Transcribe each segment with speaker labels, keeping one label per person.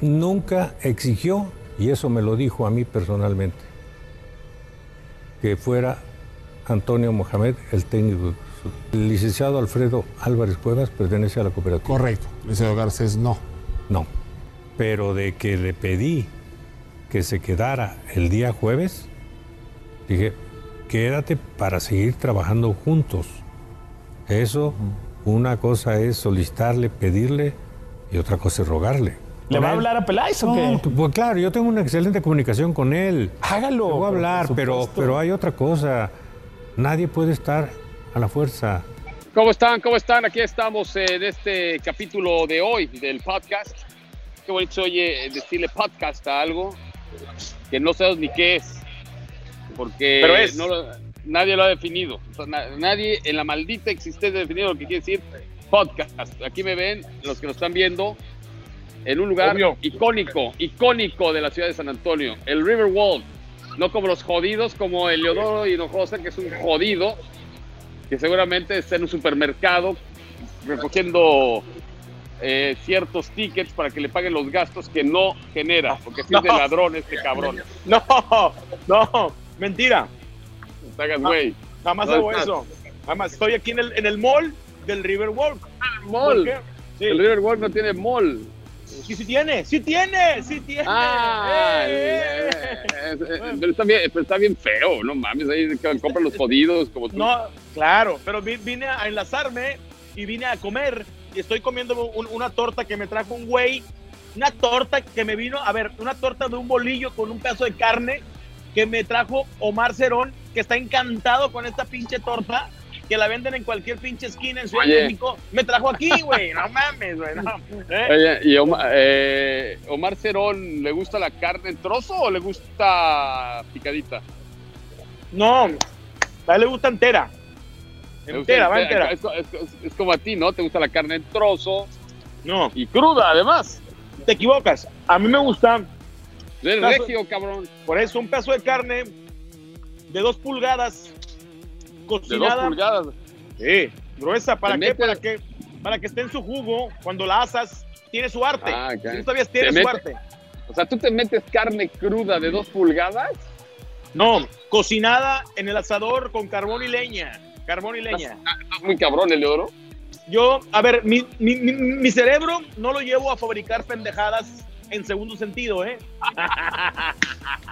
Speaker 1: nunca exigió, y eso me lo dijo a mí personalmente, que fuera Antonio Mohamed el técnico. El licenciado Alfredo Álvarez Cuevas pertenece a la cooperativa.
Speaker 2: Correcto, licenciado Garcés no.
Speaker 1: No, pero de que le pedí que se quedara el día jueves, dije, quédate para seguir trabajando juntos. Eso, una cosa es solicitarle, pedirle y otra cosa es rogarle.
Speaker 3: ¿Le
Speaker 1: Con
Speaker 3: va a
Speaker 1: él-
Speaker 3: hablar a Peláez o qué?
Speaker 1: No, pues claro, yo tengo una excelente comunicación con él.
Speaker 3: Hágalo,
Speaker 1: Le voy a
Speaker 3: pero
Speaker 1: hablar,
Speaker 3: por
Speaker 1: pero,
Speaker 3: supuesto.
Speaker 1: pero hay otra cosa. Nadie puede estar a la fuerza.
Speaker 4: ¿Cómo están? ¿Cómo están? Aquí estamos en este capítulo de hoy del podcast. Qué bonito se oye decirle podcast a algo que no sabes ni qué es, porque
Speaker 5: Pero es.
Speaker 4: no lo- nadie lo ha definido. O sea, na- nadie en la maldita existencia ha definido lo que quiere decir podcast. Aquí me ven los que nos están viendo en un lugar
Speaker 5: Obvio.
Speaker 4: icónico, icónico de la ciudad de San Antonio, el River Wall. No como los jodidos, como Eleodoro Hinojosa, que es un jodido, que seguramente está en un supermercado recogiendo eh, ciertos tickets para que le paguen los gastos que no genera, porque si es de
Speaker 5: No.
Speaker 4: ladrón este cabrón.
Speaker 5: No, no, mentira.
Speaker 4: No te hagas
Speaker 5: Ah,
Speaker 4: güey.
Speaker 5: Jamás
Speaker 4: No
Speaker 5: hago
Speaker 4: estás.
Speaker 5: eso. Jamás. Estoy aquí en el, en el mall del River Walk. ¿Por
Speaker 4: Mall.
Speaker 5: qué? Sí.
Speaker 4: El River Walk no tiene mall.
Speaker 5: Sí, sí tiene, sí tiene, sí tiene.
Speaker 4: Ah,
Speaker 5: ¡Eh!
Speaker 4: eh, eh, eh, pero, está bien, pero está bien feo, no mames. Ahí que compran los jodidos como tú.
Speaker 5: No, eh. claro, pero vi- vine a enlazarme y vine a comer y estoy comiendo un- una torta que me trajo un güey, una torta que me vino, a ver, una torta de un bolillo con un pedazo de carne que me trajo Omar Cerón, que está encantado con esta pinche torta que la venden en cualquier pinche esquina en Ciudad de
Speaker 4: Oye.
Speaker 5: México. Me trajo aquí, güey, no mames, güey, no. ¿eh?
Speaker 4: Oye, y Omar, eh, Omar Cerón, ¿le gusta la carne en trozo o le gusta picadita?
Speaker 5: No, a él le gusta entera.
Speaker 4: Le gusta
Speaker 5: Entera, va entera.
Speaker 4: Es, es- es como a ti, ¿no? Te gusta la carne en trozo
Speaker 5: No,
Speaker 4: y cruda, además.
Speaker 5: te equivocas. A mí me gusta
Speaker 4: Tú eres
Speaker 5: Caso-
Speaker 4: regio, cabrón.
Speaker 5: Por eso, un pedazo de carne de dos pulgadas,
Speaker 4: De dos
Speaker 5: cocinada.
Speaker 4: pulgadas.
Speaker 5: Sí, gruesa. ¿Para
Speaker 4: Te
Speaker 5: qué?
Speaker 4: metes-
Speaker 5: Para que, para que esté en su jugo. Cuando la asas, tiene su arte.
Speaker 4: Ah, ok.
Speaker 5: Si no sabías, tiene
Speaker 4: Te
Speaker 5: su
Speaker 4: metes-
Speaker 5: arte.
Speaker 4: O sea, tú te metes carne cruda de dos pulgadas.
Speaker 5: No, cocinada en el asador con carbón y leña. Carbón y leña.
Speaker 4: Estás Ah, muy cabrón, Eleodoro.
Speaker 5: Yo, a ver, mi, mi- mi- mi cerebro no lo llevo a fabricar pendejadas en segundo sentido, ¿eh?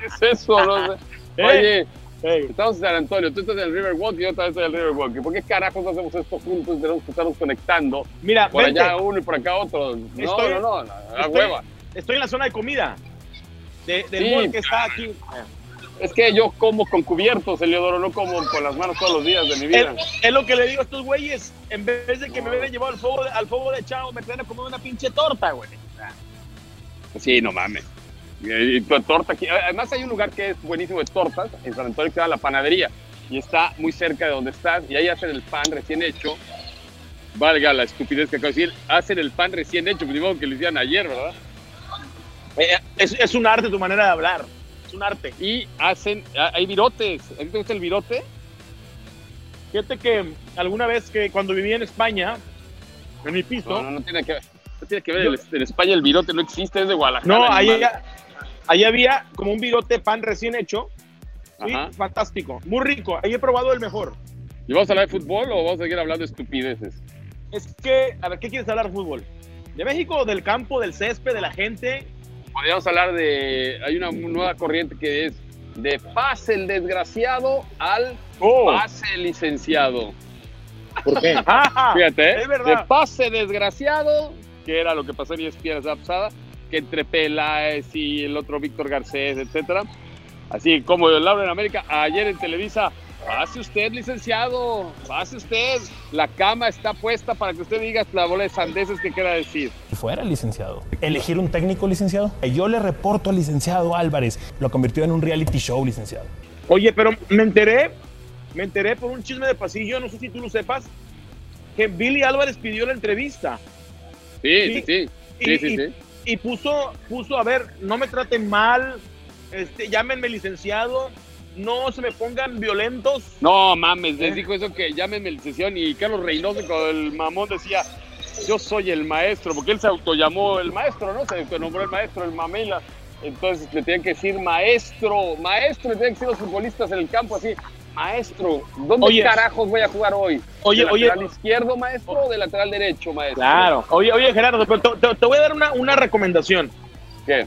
Speaker 4: ¿Qué es eso? No sé.
Speaker 5: Eh,
Speaker 4: Oye,
Speaker 5: eh.
Speaker 4: estamos en San Antonio. Tú estás en el Riverwalk y yo también estoy en el Riverwalk. ¿Y ¿Por qué carajos hacemos esto juntos? Tenemos que estarnos conectando.
Speaker 5: Mira,
Speaker 4: Por
Speaker 5: vente.
Speaker 4: allá uno y por acá otro. No,
Speaker 5: Estoy-
Speaker 4: no, no. La
Speaker 5: estoy-
Speaker 4: hueva.
Speaker 5: Estoy en la zona de comida. de- del
Speaker 4: Sí.
Speaker 5: mall que está aquí.
Speaker 4: Es que yo como con cubiertos, Eleodoro. No como con las manos todos los días de mi
Speaker 5: Es,
Speaker 4: vida.
Speaker 5: es lo que le digo a estos güeyes. En vez de que me hubieran llevado al fuego, de- al fuego de chavo, me traen a comer una pinche torta, güey.
Speaker 4: Sí, no mames. Y tu torta aquí. Además, hay un lugar que es buenísimo de tortas en San Antonio, que se llama La Panadería. Y está muy cerca de donde estás. Y ahí hacen el pan recién hecho. Valga la estupidez que acabo de decir. Hacen el pan recién hecho. Pues digo que lo hicieron ayer, ¿verdad?
Speaker 5: Eh, Es, es un arte tu manera de hablar. Es un arte.
Speaker 4: Y hacen. ah, Hay virotes. ¿A ti te gusta el virote?
Speaker 5: Fíjate que alguna vez que cuando vivía en España, en mi
Speaker 4: No,
Speaker 5: piso.
Speaker 4: no, no tiene que ver. No tiene que ver. El- En España el virote no existe, es de Guadalajara.
Speaker 5: No, ahí,
Speaker 4: animal.
Speaker 5: ahí había como un virote de pan recién hecho. Sí,
Speaker 4: Ajá.
Speaker 5: fantástico. Muy rico. Ahí he probado el mejor.
Speaker 4: ¿Y vamos a hablar de fútbol o vamos a seguir hablando de estupideces?
Speaker 5: Es que, a ver, ¿qué quieres hablar fútbol? ¿De México? ¿Del campo? ¿Del césped? ¿De la gente?
Speaker 4: podríamos hablar de. Hay una nueva corriente que es de pase el desgraciado al pase el licenciado.
Speaker 5: ¿Por qué?
Speaker 4: Fíjate, ¿eh?
Speaker 5: Ah, es verdad.
Speaker 4: de pase desgraciado, que era lo que pasó en E ESPN la semana pasada, que entre Peláez y el otro Víctor Garcés, etcétera. Así como el Laura en América, ayer en Televisa, pase usted, licenciado, pase usted, la cama está puesta para que usted diga la bola de sandeces que quiera decir.
Speaker 6: Y fuera el licenciado. Elegir un técnico licenciado. Yo le reporto al licenciado Álvarez. Lo convirtió en un reality show licenciado.
Speaker 5: Oye, pero me enteré, me enteré por un chisme de pasillo, no sé si tú lo sepas, que Billy Álvarez pidió la entrevista
Speaker 4: Sí, sí,
Speaker 5: Sí.
Speaker 4: sí.
Speaker 5: y,
Speaker 4: Sí, sí,
Speaker 5: y-
Speaker 4: sí.
Speaker 5: y puso, puso, a ver, no me traten mal, este, llámenme licenciado, no se me pongan violentos. Eh.
Speaker 4: No mames, les dijo eso que llámenme el licenciado y Carlos Reynoso con el mamón decía, yo soy el maestro, porque él se autollamó el maestro, ¿no? Se autonombró el maestro, el mamela. Entonces le tenían que decir maestro, maestro, le tenían que decir los futbolistas en el campo así, maestro, ¿dónde
Speaker 5: Oye.
Speaker 4: carajos voy a jugar hoy?
Speaker 5: Oye,
Speaker 4: ¿De
Speaker 5: oye.
Speaker 4: lateral izquierdo, maestro, o de lateral derecho, maestro?
Speaker 5: Claro. Oye, oye, Gerardo, pero te, te- te voy a dar una, una recomendación.
Speaker 4: ¿Qué?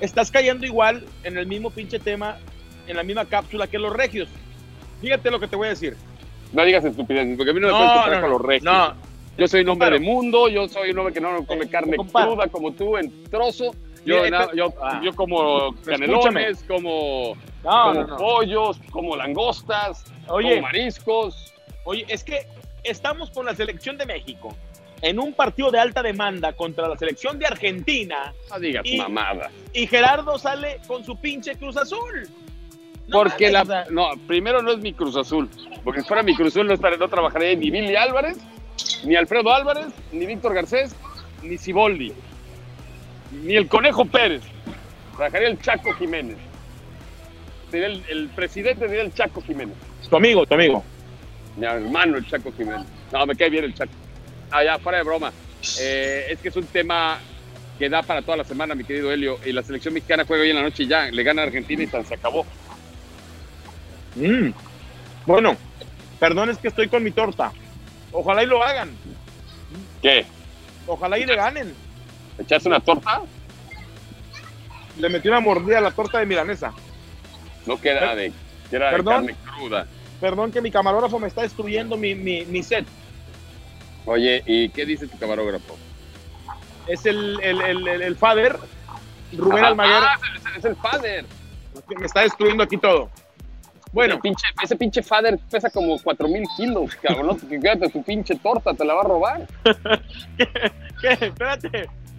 Speaker 5: Estás cayendo igual en el mismo pinche tema, en la misma cápsula que los regios. Fíjate lo que te voy a decir.
Speaker 4: No digas estupideces, porque a mí no me puedes comparar con los regios.
Speaker 5: no.
Speaker 4: Yo soy un hombre
Speaker 5: Claro.
Speaker 4: de mundo, yo soy un hombre que no come carne
Speaker 5: compadre.
Speaker 4: cruda como tú en trozo. Yo,
Speaker 5: Mira,
Speaker 4: na-
Speaker 5: esta-
Speaker 4: yo,
Speaker 5: ah.
Speaker 4: yo como canelones, como,
Speaker 5: No,
Speaker 4: como pollos, como langostas,
Speaker 5: Oye.
Speaker 4: como mariscos.
Speaker 5: Oye, es que estamos con la selección de México en un partido de alta demanda contra la selección de Argentina
Speaker 4: No digas
Speaker 5: Y-
Speaker 4: mamada.
Speaker 5: y Gerardo sale con su pinche Cruz Azul. No
Speaker 4: Porque
Speaker 5: mames,
Speaker 4: la,
Speaker 5: o sea,
Speaker 4: no, primero no es mi Cruz Azul. Porque si fuera mi Cruz Azul no, estaré, no trabajaría ni Billy Álvarez, ni Alfredo Álvarez, ni Víctor Garcés, ni Ciboldi, ni el Conejo Pérez. Trabajaría el Chaco Jiménez. Sería el, el presidente sería el Chaco Jiménez.
Speaker 5: Tu amigo, tu amigo.
Speaker 4: Mi hermano el Chaco Jiménez. No, me cae bien el Chaco. Ah, ya, fuera de broma. Eh, es que es un tema que da para toda la semana, mi querido Helio. Y la selección mexicana juega hoy en la noche y ya le gana a Argentina y tan se acabó.
Speaker 5: Mm. Bueno, perdón, es que estoy con mi torta. Ojalá y lo hagan.
Speaker 4: ¿Qué?
Speaker 5: Ojalá y le ganen.
Speaker 4: ¿Echaste una torta?
Speaker 5: Le metí una mordida a la torta de milanesa.
Speaker 4: No queda de, que era de
Speaker 5: ¿Perdón?
Speaker 4: carne cruda.
Speaker 5: Perdón que mi camarógrafo me está destruyendo mi, mi, mi set.
Speaker 4: Oye, ¿y qué dice tu camarógrafo?
Speaker 5: Es el, el, el, el, el father, Rubén
Speaker 4: Ah,
Speaker 5: Almaguer,
Speaker 4: ah, es el- es el father.
Speaker 5: que me está destruyendo aquí todo.
Speaker 4: Bueno,
Speaker 5: Bueno,
Speaker 4: pinche, ese pinche father pesa como 4 mil kilos, cabrón. No te quédate tu pinche torta, te la va a robar.
Speaker 5: ¿Qué? Espérate.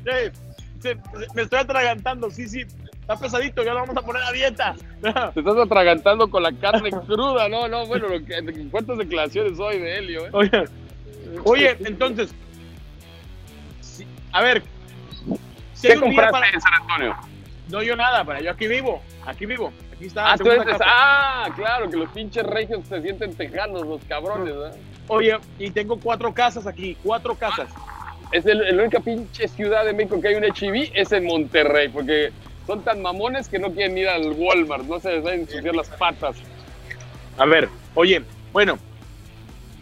Speaker 5: Eh, se- se- me estoy atragantando. Sí, sí. Está pesadito. Ya lo vamos a poner a dieta.
Speaker 4: Te estás atragantando con la carne cruda. No, no, bueno, lo que, ¿cuántas declaraciones hoy de Helio? eh?
Speaker 5: Oye, oye entonces. si- a ver. Si hay
Speaker 4: ¿Qué
Speaker 5: un día
Speaker 4: compraste
Speaker 5: para-
Speaker 4: en San Antonio?
Speaker 5: No yo nada, para yo aquí vivo. Aquí vivo. Aquí está.
Speaker 4: Ah,
Speaker 5: la
Speaker 4: tú
Speaker 5: segunda
Speaker 4: eres-
Speaker 5: casa.
Speaker 4: ah, claro, que los pinches regios se sienten tejanos, los cabrones, ¿verdad?
Speaker 5: Oye, y tengo cuatro casas aquí. Cuatro casas.
Speaker 4: Es el, la única pinche ciudad de México que hay un HIV es en Monterrey, porque son tan mamones que no quieren ir al Walmart, no se les deben ensuciar las patas.
Speaker 5: A ver. Oye, bueno.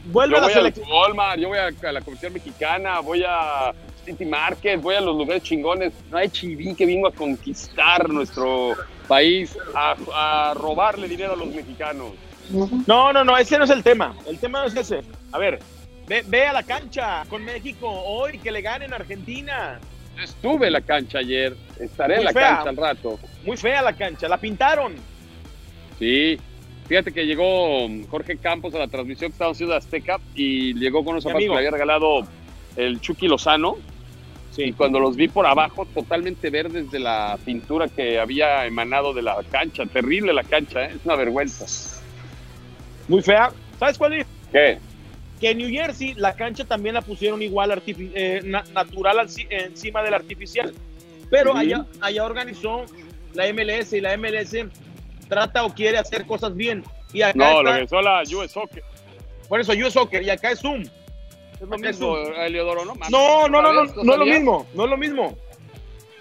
Speaker 5: Vuelve
Speaker 4: Yo
Speaker 5: a la
Speaker 4: voy al
Speaker 5: selección.
Speaker 4: Walmart, yo voy a, a la Comisión Mexicana, voy a City Market, voy a los lugares chingones. No hay HIV que vengo a conquistar nuestro país, a, a robarle dinero a los mexicanos.
Speaker 5: No, no, no, ese no es el tema. El tema no es ese. A ver, ve, ve a la cancha con México hoy, que le ganen a Argentina.
Speaker 4: Yo estuve en la cancha ayer, estaré en
Speaker 5: Muy
Speaker 4: la
Speaker 5: fea.
Speaker 4: cancha al rato.
Speaker 5: Muy fea la cancha, la pintaron.
Speaker 4: Sí. Fíjate que llegó um, Jorge Campos a la transmisión que estaba en Ciudad Azteca y llegó con unos
Speaker 5: Mi
Speaker 4: zapatos que
Speaker 5: amigo.
Speaker 4: le había regalado el Chucky Lozano. Y cuando los vi por abajo, totalmente verdes de la pintura que había emanado de la cancha. Terrible la cancha, ¿eh? es una vergüenza.
Speaker 5: Muy fea. ¿Sabes cuál es?
Speaker 4: ¿Qué?
Speaker 5: Que en New Jersey la cancha también la pusieron igual artifi- eh, na- natural al- encima del artificial. Pero
Speaker 4: Ujú.
Speaker 5: allá, allá organizó la MLS y la MLS trata o quiere hacer cosas bien. Y acá
Speaker 4: No,
Speaker 5: está-
Speaker 4: lo que hizo la US Soccer.
Speaker 5: por eso yo soccer y acá es Zoom.
Speaker 4: Es lo mismo, Eliodoro, ¿no? Mames,
Speaker 5: No, no, no, no,
Speaker 4: ¿sabías?
Speaker 5: no es lo
Speaker 4: sabías?
Speaker 5: mismo, no es lo mismo.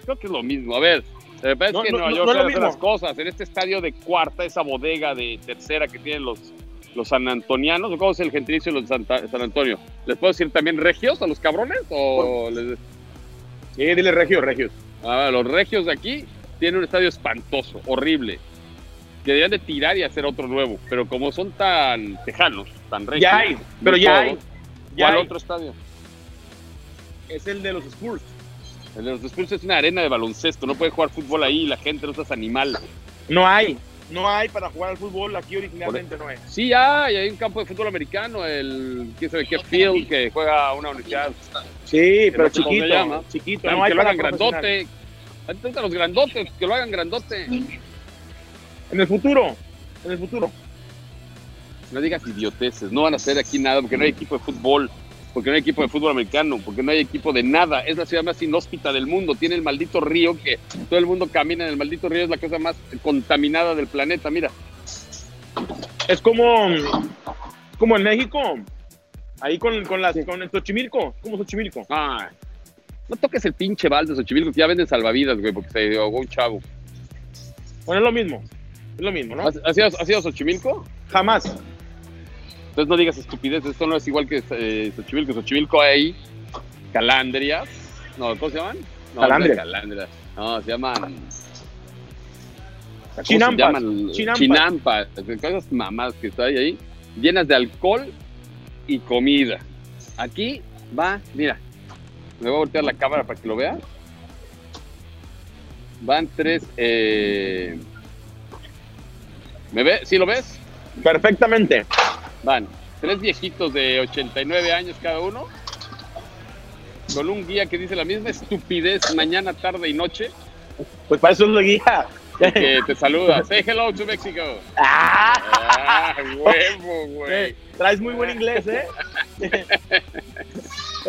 Speaker 4: Creo que es lo mismo. A ver, eh, pero es
Speaker 5: No,
Speaker 4: que en
Speaker 5: no,
Speaker 4: Nueva
Speaker 5: no,
Speaker 4: York
Speaker 5: no es lo
Speaker 4: se hacen
Speaker 5: mismo.
Speaker 4: las cosas. En este estadio de cuarta, esa bodega de tercera que tienen los, los sanantonianos, ¿o ¿cómo es el gentilicio de los Santa- San Antonio? ¿Les puedo decir también regios a los cabrones? ¿O les-
Speaker 5: Sí, dile Regio, Regio.
Speaker 4: Ah, los regios de aquí tienen un estadio espantoso, horrible. Que deberían de tirar y hacer otro nuevo. Pero como son tan tejanos, tan regios.
Speaker 5: Ya hay, pero
Speaker 4: de
Speaker 5: ya
Speaker 4: todo,
Speaker 5: hay. Ya
Speaker 4: ¿Cuál
Speaker 5: hay.
Speaker 4: otro estadio?
Speaker 5: Es el de los Spurs.
Speaker 4: El de los Spurs es una arena de baloncesto. No puede jugar fútbol ahí. La gente no seas animal.
Speaker 5: No hay. No hay para jugar al fútbol aquí originalmente, no hay.
Speaker 4: Sí, hay, hay un campo de fútbol americano, el quién sabe qué field que juega una universidad.
Speaker 5: Sí, pero
Speaker 4: no sé cómo se
Speaker 5: chiquito,
Speaker 4: llama.
Speaker 5: chiquito.
Speaker 4: Claro,
Speaker 5: No hay
Speaker 4: que lo
Speaker 5: para
Speaker 4: hagan
Speaker 5: profesional.
Speaker 4: grandote. A ti te gustan los grandotes, que lo hagan grandote.
Speaker 5: En el futuro, en el futuro.
Speaker 4: No digas idioteces, no van a hacer aquí nada porque no hay equipo de fútbol, porque no hay equipo de fútbol americano, porque no hay equipo de nada. Es la ciudad más inhóspita del mundo, tiene el maldito río que todo el mundo camina en el maldito río, es la cosa más contaminada del planeta, mira.
Speaker 5: Es como, como en México, Ahí con, con, las, con el Xochimilco. ¿Cómo Xochimilco?
Speaker 4: Ah, no toques el pinche balde de Xochimilco, que ya venden salvavidas, güey, porque se ahogó un chavo.
Speaker 5: Bueno, es lo mismo. Es lo mismo, ¿no?
Speaker 4: ¿Has, has ido, has ido a Xochimilco?
Speaker 5: Jamás.
Speaker 4: Entonces no digas estupidez, esto no es igual que eh, Xochimilco. Xochimilco hay calandrias. No, ¿cómo se llaman? No,
Speaker 5: Calandrias.
Speaker 4: no es calandrias. No, se llaman... ¿Cómo
Speaker 5: Chinampas.
Speaker 4: se llaman?
Speaker 5: Chinampas.
Speaker 4: Chinampas. Esas mamás que están ahí, llenas de alcohol y comida. Aquí va, mira, me voy a voltear la cámara para que lo veas. Van tres. eh, ¿Me ves? ¿Sí lo ves?
Speaker 5: Perfectamente.
Speaker 4: Van tres viejitos de 89 años cada uno, con un guía que dice la misma estupidez mañana, tarde y noche,
Speaker 5: Pues para eso es la guía.
Speaker 4: y que te saluda. Say hello to Mexico.
Speaker 5: ¡Ah!
Speaker 4: ¡Ah, huevo, güey!
Speaker 5: Eh, traes muy buen inglés, ¿eh?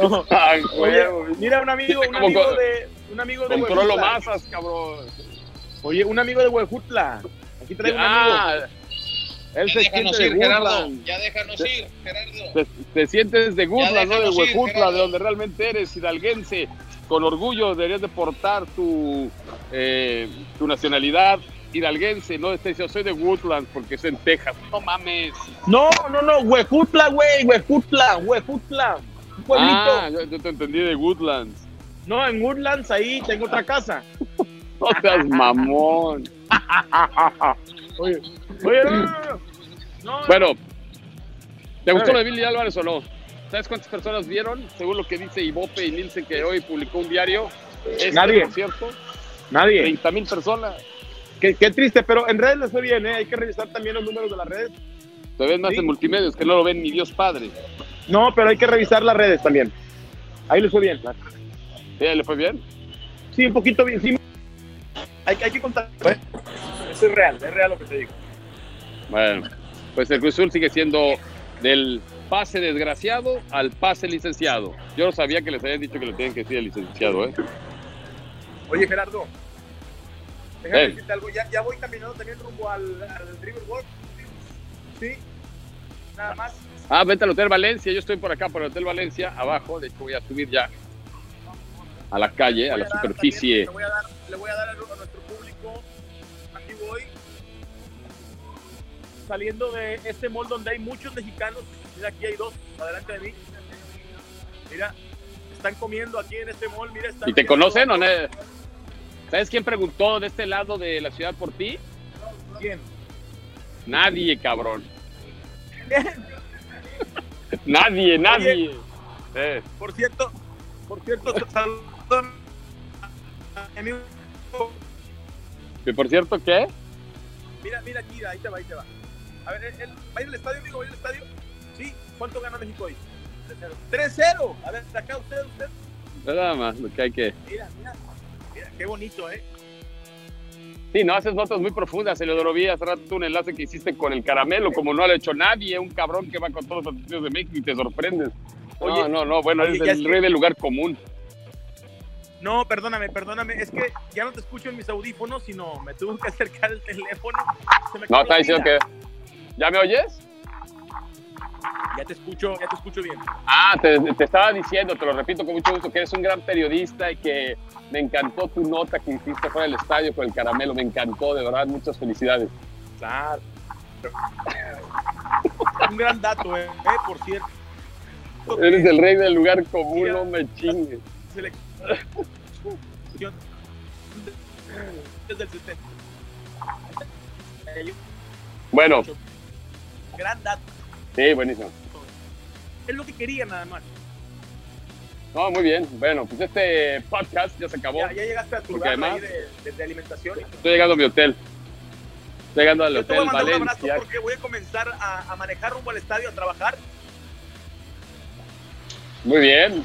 Speaker 5: No.
Speaker 4: ¡Ah,
Speaker 5: Oye,
Speaker 4: huevo!
Speaker 5: mira, un amigo, un
Speaker 4: Como
Speaker 5: amigo
Speaker 4: con-
Speaker 5: de. Un amigo de
Speaker 4: Controlo
Speaker 5: Huejutla.
Speaker 4: masas, cabrón.
Speaker 5: Oye, un amigo de Huejutla. Aquí traigo un amigo.
Speaker 4: Ah,
Speaker 5: Él
Speaker 3: Ya
Speaker 5: se
Speaker 3: déjanos
Speaker 5: siente
Speaker 3: ir,
Speaker 5: de
Speaker 3: Gerardo.
Speaker 5: Woodland.
Speaker 3: Ya déjanos ir, Gerardo.
Speaker 4: te, te sientes de Guzla, ¿no? De
Speaker 3: déjanos ir,
Speaker 4: Huejutla,
Speaker 3: Gerardo.
Speaker 4: de donde realmente eres hidalguense. Con orgullo deberías de portar tu, eh, tu nacionalidad hidalguense, ¿no? Este, yo soy de Woodlands porque es en Texas. No mames.
Speaker 5: No, no, no, Huejutla, güey, Huejutla, Huejutla. Un pueblito.
Speaker 4: Ah, yo, yo te entendí de Woodlands.
Speaker 5: No, en Woodlands ahí tengo otra casa.
Speaker 4: No seas mamón.
Speaker 5: Oye, oye, no, no, no, no. No, no.
Speaker 4: Bueno, ¿te gustó
Speaker 5: Dale.
Speaker 4: lo de Billy Álvarez o no? ¿Sabes cuántas personas vieron? Según lo que dice Ibope y Nielsen, que hoy publicó un diario. Este,
Speaker 5: Nadie.
Speaker 4: Por cierto,
Speaker 5: nadie.
Speaker 4: 30 mil personas.
Speaker 5: Qué, qué triste, pero en redes les fue bien, ¿eh? Hay que revisar también los números de las redes.
Speaker 4: Te ven más
Speaker 5: Sí.
Speaker 4: en multimedios que no lo ven ni Dios Padre.
Speaker 5: No, pero hay que revisar las redes también. Ahí les fue bien.
Speaker 4: ¿Sí? Eh, ¿Le fue bien?
Speaker 5: Sí, un poquito bien. Sí. Hay, hay que contar. Eso es real, es real lo que te digo.
Speaker 4: Bueno, pues el Cruz Azul sigue siendo del pase desgraciado al pase licenciado. Yo no sabía que les habían dicho que le tenían que decir el licenciado, ¿eh?
Speaker 7: Oye, Gerardo, déjame
Speaker 4: Eh.
Speaker 7: decirte algo. Ya, ya voy caminando también rumbo al, al River Walk. Sí, nada más.
Speaker 4: Ah, vete al Hotel Valencia. Yo estoy por acá, por el Hotel Valencia, abajo. De hecho, voy a subir ya a la calle, a
Speaker 7: Voy
Speaker 4: la
Speaker 7: dar
Speaker 4: superficie.
Speaker 7: también, le, voy a dar, le voy a dar a nu- a nuestro público. Aquí voy.
Speaker 5: Saliendo de este mall donde hay muchos mexicanos, mira, aquí hay dos, adelante de mí. Mira, están comiendo aquí en este mall, mira, están
Speaker 4: ¿Y te
Speaker 5: viendo-
Speaker 4: conocen o no? ¿Sabes quién preguntó de este lado de la ciudad por ti?
Speaker 5: ¿Quién?
Speaker 4: Nadie, cabrón. nadie, nadie. Eh.
Speaker 5: Por cierto, por cierto, saludan a mi amigo.
Speaker 4: Y por cierto, ¿qué?
Speaker 7: Mira, mira aquí, ahí te va, ahí te va. A ver, él, él- ¿va a ir al estadio, amigo? ¿Va a ir al estadio? Sí, ¿cuánto gana México hoy? 3-0. 3-0. A ver, acá usted, usted.
Speaker 4: Nada más, lo que hay que.
Speaker 7: Mira, mira. Mira, qué bonito, ¿eh?
Speaker 4: Sí, no haces notas muy profundas. Se le vi hace rato un enlace que hiciste con el caramelo, como no lo ha hecho nadie. Un cabrón que va con todos los partidos de México y te sorprendes.
Speaker 7: Oye,
Speaker 4: no, no, no. Bueno,
Speaker 7: oye,
Speaker 4: eres
Speaker 7: ya
Speaker 4: el
Speaker 7: es que-
Speaker 4: rey del lugar común.
Speaker 7: No, perdóname, perdóname. Es que ya no te escucho en mis audífonos, sino me tuve que acercar el teléfono. Se me
Speaker 4: No,
Speaker 7: acabó
Speaker 4: está
Speaker 7: la
Speaker 4: diciendo
Speaker 7: pila.
Speaker 4: que. ¿Ya me oyes?
Speaker 7: Ya te escucho, ya te escucho bien.
Speaker 4: Ah, te, te estaba diciendo, te lo repito con mucho gusto, que eres un gran periodista y que me encantó tu nota que hiciste fuera del estadio con el caramelo. Me encantó, de verdad. Muchas felicidades.
Speaker 5: Claro. Un gran dato, eh, eh, por cierto.
Speaker 4: Eres el rey del lugar común,
Speaker 5: Mira.
Speaker 4: no me chingues.
Speaker 7: Selección desde el 70.
Speaker 4: Bueno,
Speaker 7: Gran dato.
Speaker 4: sí, buenísimo.
Speaker 7: Es lo que quería nada más.
Speaker 4: No, muy bien. Bueno, pues este podcast ya se acabó.
Speaker 7: Ya, ya llegaste a tu
Speaker 4: Porque
Speaker 7: lugar ahí
Speaker 4: además-
Speaker 7: de, de- de alimentación.
Speaker 4: Estoy llegando a mi hotel. Estoy llegando al
Speaker 7: Yo te voy a
Speaker 4: hotel
Speaker 7: mandar un abrazo
Speaker 4: Valencia.
Speaker 7: porque voy a comenzar a, a manejar rumbo al estadio, a trabajar.
Speaker 4: Muy bien.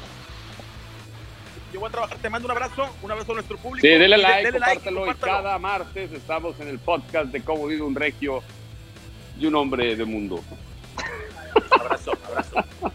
Speaker 7: Yo voy a trabajar. Te mando un abrazo. Un abrazo a nuestro público.
Speaker 4: Sí, dele
Speaker 7: Y de-
Speaker 4: like,
Speaker 7: dele
Speaker 4: compártelo. y
Speaker 7: compártalo.
Speaker 4: cada martes estamos en el podcast de cómo vive un regio y un hombre de mundo.
Speaker 7: Abrazo, abrazo.